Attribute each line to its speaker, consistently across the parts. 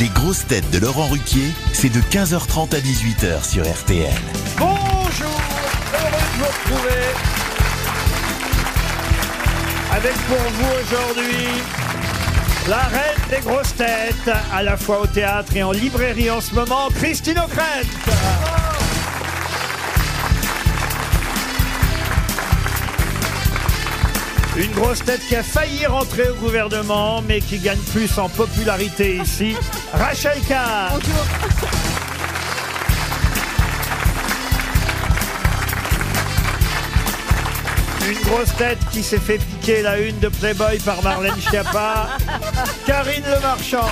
Speaker 1: Les grosses têtes de Laurent Ruquier, c'est de 15h30 à 18h sur RTL.
Speaker 2: Bonjour, heureux de vous retrouver. Avec pour vous aujourd'hui la reine des grosses têtes, à la fois au théâtre et en librairie en ce moment, Christine O'Krent. Une grosse tête qui a failli rentrer au gouvernement, mais qui gagne plus en popularité ici, Rachel Kahn. Une grosse tête qui s'est fait piquer la une de Playboy par Marlène Schiappa, Karine Le Marchand.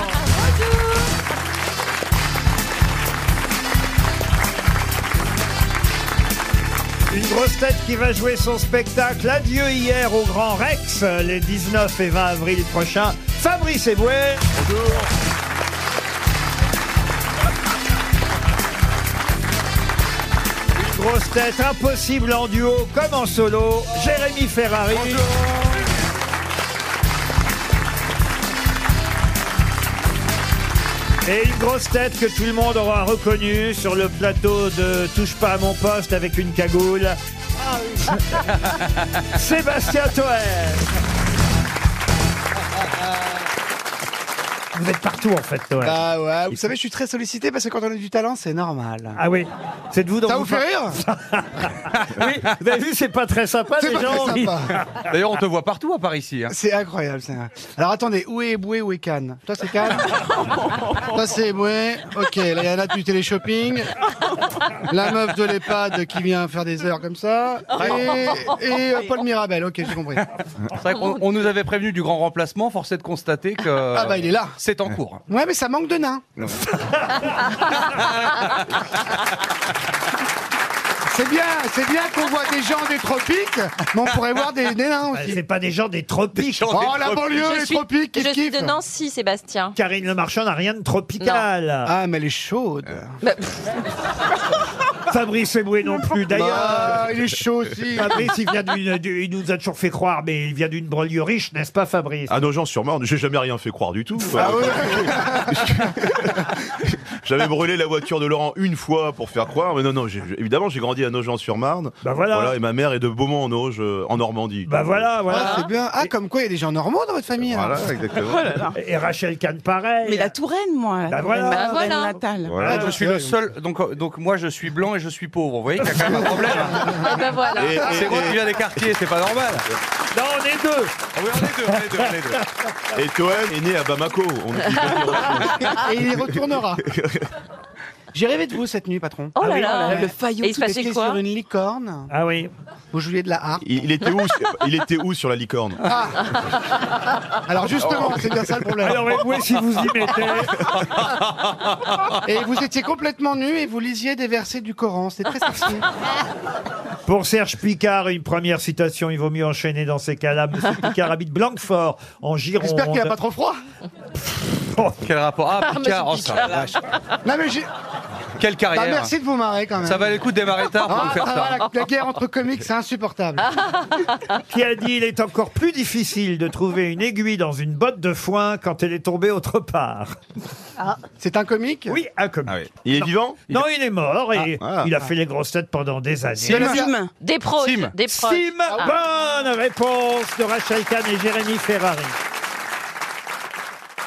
Speaker 2: Une grosse tête qui va jouer son spectacle Adieu hier au Grand Rex euh, les 19 et 20 avril prochains. Fabrice Eboué. Bonjour. Une grosse tête impossible en duo comme en solo, Jérémy Ferrari. Et une grosse tête que tout le monde aura reconnue sur le plateau de Touche pas à mon poste avec une cagoule, Sébastien Toer. Vous êtes partout en fait, Toer.
Speaker 3: Bah ouais, vous savez, je suis très sollicité parce que quand on a du talent, c'est normal.
Speaker 2: Ah oui, c'est de vous dont
Speaker 3: Ça
Speaker 2: vous
Speaker 3: vous fait
Speaker 2: par-
Speaker 3: rire
Speaker 2: Oui, vous avez vu, c'est pas très sympa
Speaker 3: C'est
Speaker 2: les
Speaker 3: pas
Speaker 2: gens.
Speaker 3: très
Speaker 2: ils-
Speaker 3: sympa.
Speaker 4: D'ailleurs, on te voit partout à Paris ici. hein.
Speaker 3: C'est incroyable, ça. Alors attendez, où est Eboué, où est Cannes Toi, c'est Cannes Toi, c'est Eboué. Ok, là, il y en a du télé-shopping. La meuf de l'EHPAD qui vient faire des heures comme ça. Et, et, euh, Paul Mirabel, ok, j'ai compris.
Speaker 4: C'est vrai qu'on on nous avait prévenu du grand remplacement, force est de constater que.
Speaker 3: Ah bah, il est là.
Speaker 4: C'est en cours.
Speaker 3: Ouais, mais ça manque de nains. C'est bien, c'est bien qu'on voit des gens des tropiques, mais on pourrait voir des, des nains
Speaker 2: Euh,
Speaker 3: aussi.
Speaker 2: C'est pas des gens des tropiques.
Speaker 3: Oh, la banlieue, les tropiques,
Speaker 5: je
Speaker 3: qui
Speaker 5: suis
Speaker 3: kiffent
Speaker 5: de Nancy, Sébastien.
Speaker 2: Karine Le Marchand n'a rien de tropical.
Speaker 3: Ah, mais elle est chaude.
Speaker 2: Fabrice Eboué non plus. D'ailleurs,
Speaker 3: Ah. Bah, il est chaud aussi.
Speaker 2: Fabrice, il, vient d'une- du- il nous a toujours fait croire, mais il vient d'une banlieue riche, n'est-ce pas, Fabrice
Speaker 6: À nos gens, sûrement, j'ai jamais rien fait croire du tout.
Speaker 3: Ah ouais.
Speaker 6: J'avais brûlé la voiture de Laurent une fois pour faire croire, mais non, non, j'ai- j'ai- évidemment, j'ai grandi à Nogent-sur-Marne.
Speaker 2: Bah voilà.
Speaker 6: Et ma mère est de Beaumont-en-Auge, euh, en Normandie.
Speaker 2: Bah voilà,
Speaker 3: Ah,
Speaker 2: voilà.
Speaker 3: c'est bien. Ah, comme quoi, il y a des gens normaux dans votre famille. hein. alors.
Speaker 6: Voilà, exactement.
Speaker 3: Ah.
Speaker 2: Et Rachel Kahn, pareil.
Speaker 7: Mais la Touraine, moi. La
Speaker 2: Bah
Speaker 7: Touraine, ma
Speaker 2: voilà.
Speaker 5: Bah
Speaker 7: Touraine
Speaker 5: voilà.
Speaker 7: natale.
Speaker 6: Voilà.
Speaker 4: je suis le seul. Donc, euh, donc moi, je suis blanc et je suis pauvre. Vous voyez qu'il y a quand même un problème.
Speaker 5: Ah bah voilà.
Speaker 6: Et-
Speaker 4: C'est moi qui viens des quartiers, c'est pas normal.
Speaker 2: Non, on est deux.
Speaker 4: Ah oui, on est deux, on est deux, on est deux.
Speaker 6: Et Toen est né à Bamako. On dit-
Speaker 3: Et il y retournera. J'ai rêvé de vous cette nuit, patron.
Speaker 5: Oh
Speaker 2: Ah
Speaker 5: là
Speaker 2: oui,
Speaker 5: là.
Speaker 7: Le faillot.
Speaker 5: Et il se
Speaker 3: Vous
Speaker 5: passait
Speaker 3: étiez
Speaker 5: quoi
Speaker 3: sur une licorne,
Speaker 2: Ah oui.
Speaker 3: vous jouiez de la harpe.
Speaker 6: il, il était où Il était où sur la licorne
Speaker 3: Alors justement, c'est bien ça le problème.
Speaker 2: Alors Eboué, si vous y mettez.
Speaker 3: Et vous étiez complètement nu et vous lisiez des versets du Coran. C'est très sexy.
Speaker 2: Pour Serge Picard, une première citation, il vaut mieux enchaîner dans ces cas-là. Monsieur Picard habite Blanquefort, en Gironde.
Speaker 3: J'espère qu'il n'y a pas trop froid.
Speaker 4: Quel rapport Ah, Picard, oh, ça, la vache.
Speaker 3: Non mais j'ai...
Speaker 4: Quelle carrière.
Speaker 3: Bah, merci de vous marrer quand même.
Speaker 4: Ah, Ça valait le coup de démarrer tard pour
Speaker 3: Ah,
Speaker 4: nous faire
Speaker 3: ah,
Speaker 4: ça.
Speaker 3: la, la guerre entre comiques, c'est insupportable.
Speaker 2: qui a dit il est encore plus difficile de trouver une aiguille dans une botte de foin quand elle est tombée autre part.
Speaker 3: C'est un comique
Speaker 2: Oui, un comique.
Speaker 4: Ah oui.
Speaker 6: Il est vivant
Speaker 2: Non, il est mort et
Speaker 6: Ah, ah.
Speaker 2: il a fait les grosses têtes pendant des années.
Speaker 3: Il a-
Speaker 7: Sim.
Speaker 5: Des proches. Ah,
Speaker 4: Sim.
Speaker 5: Des proches.
Speaker 2: Sim, bonne réponse de Rachel Kahn et Jérémy Ferrari.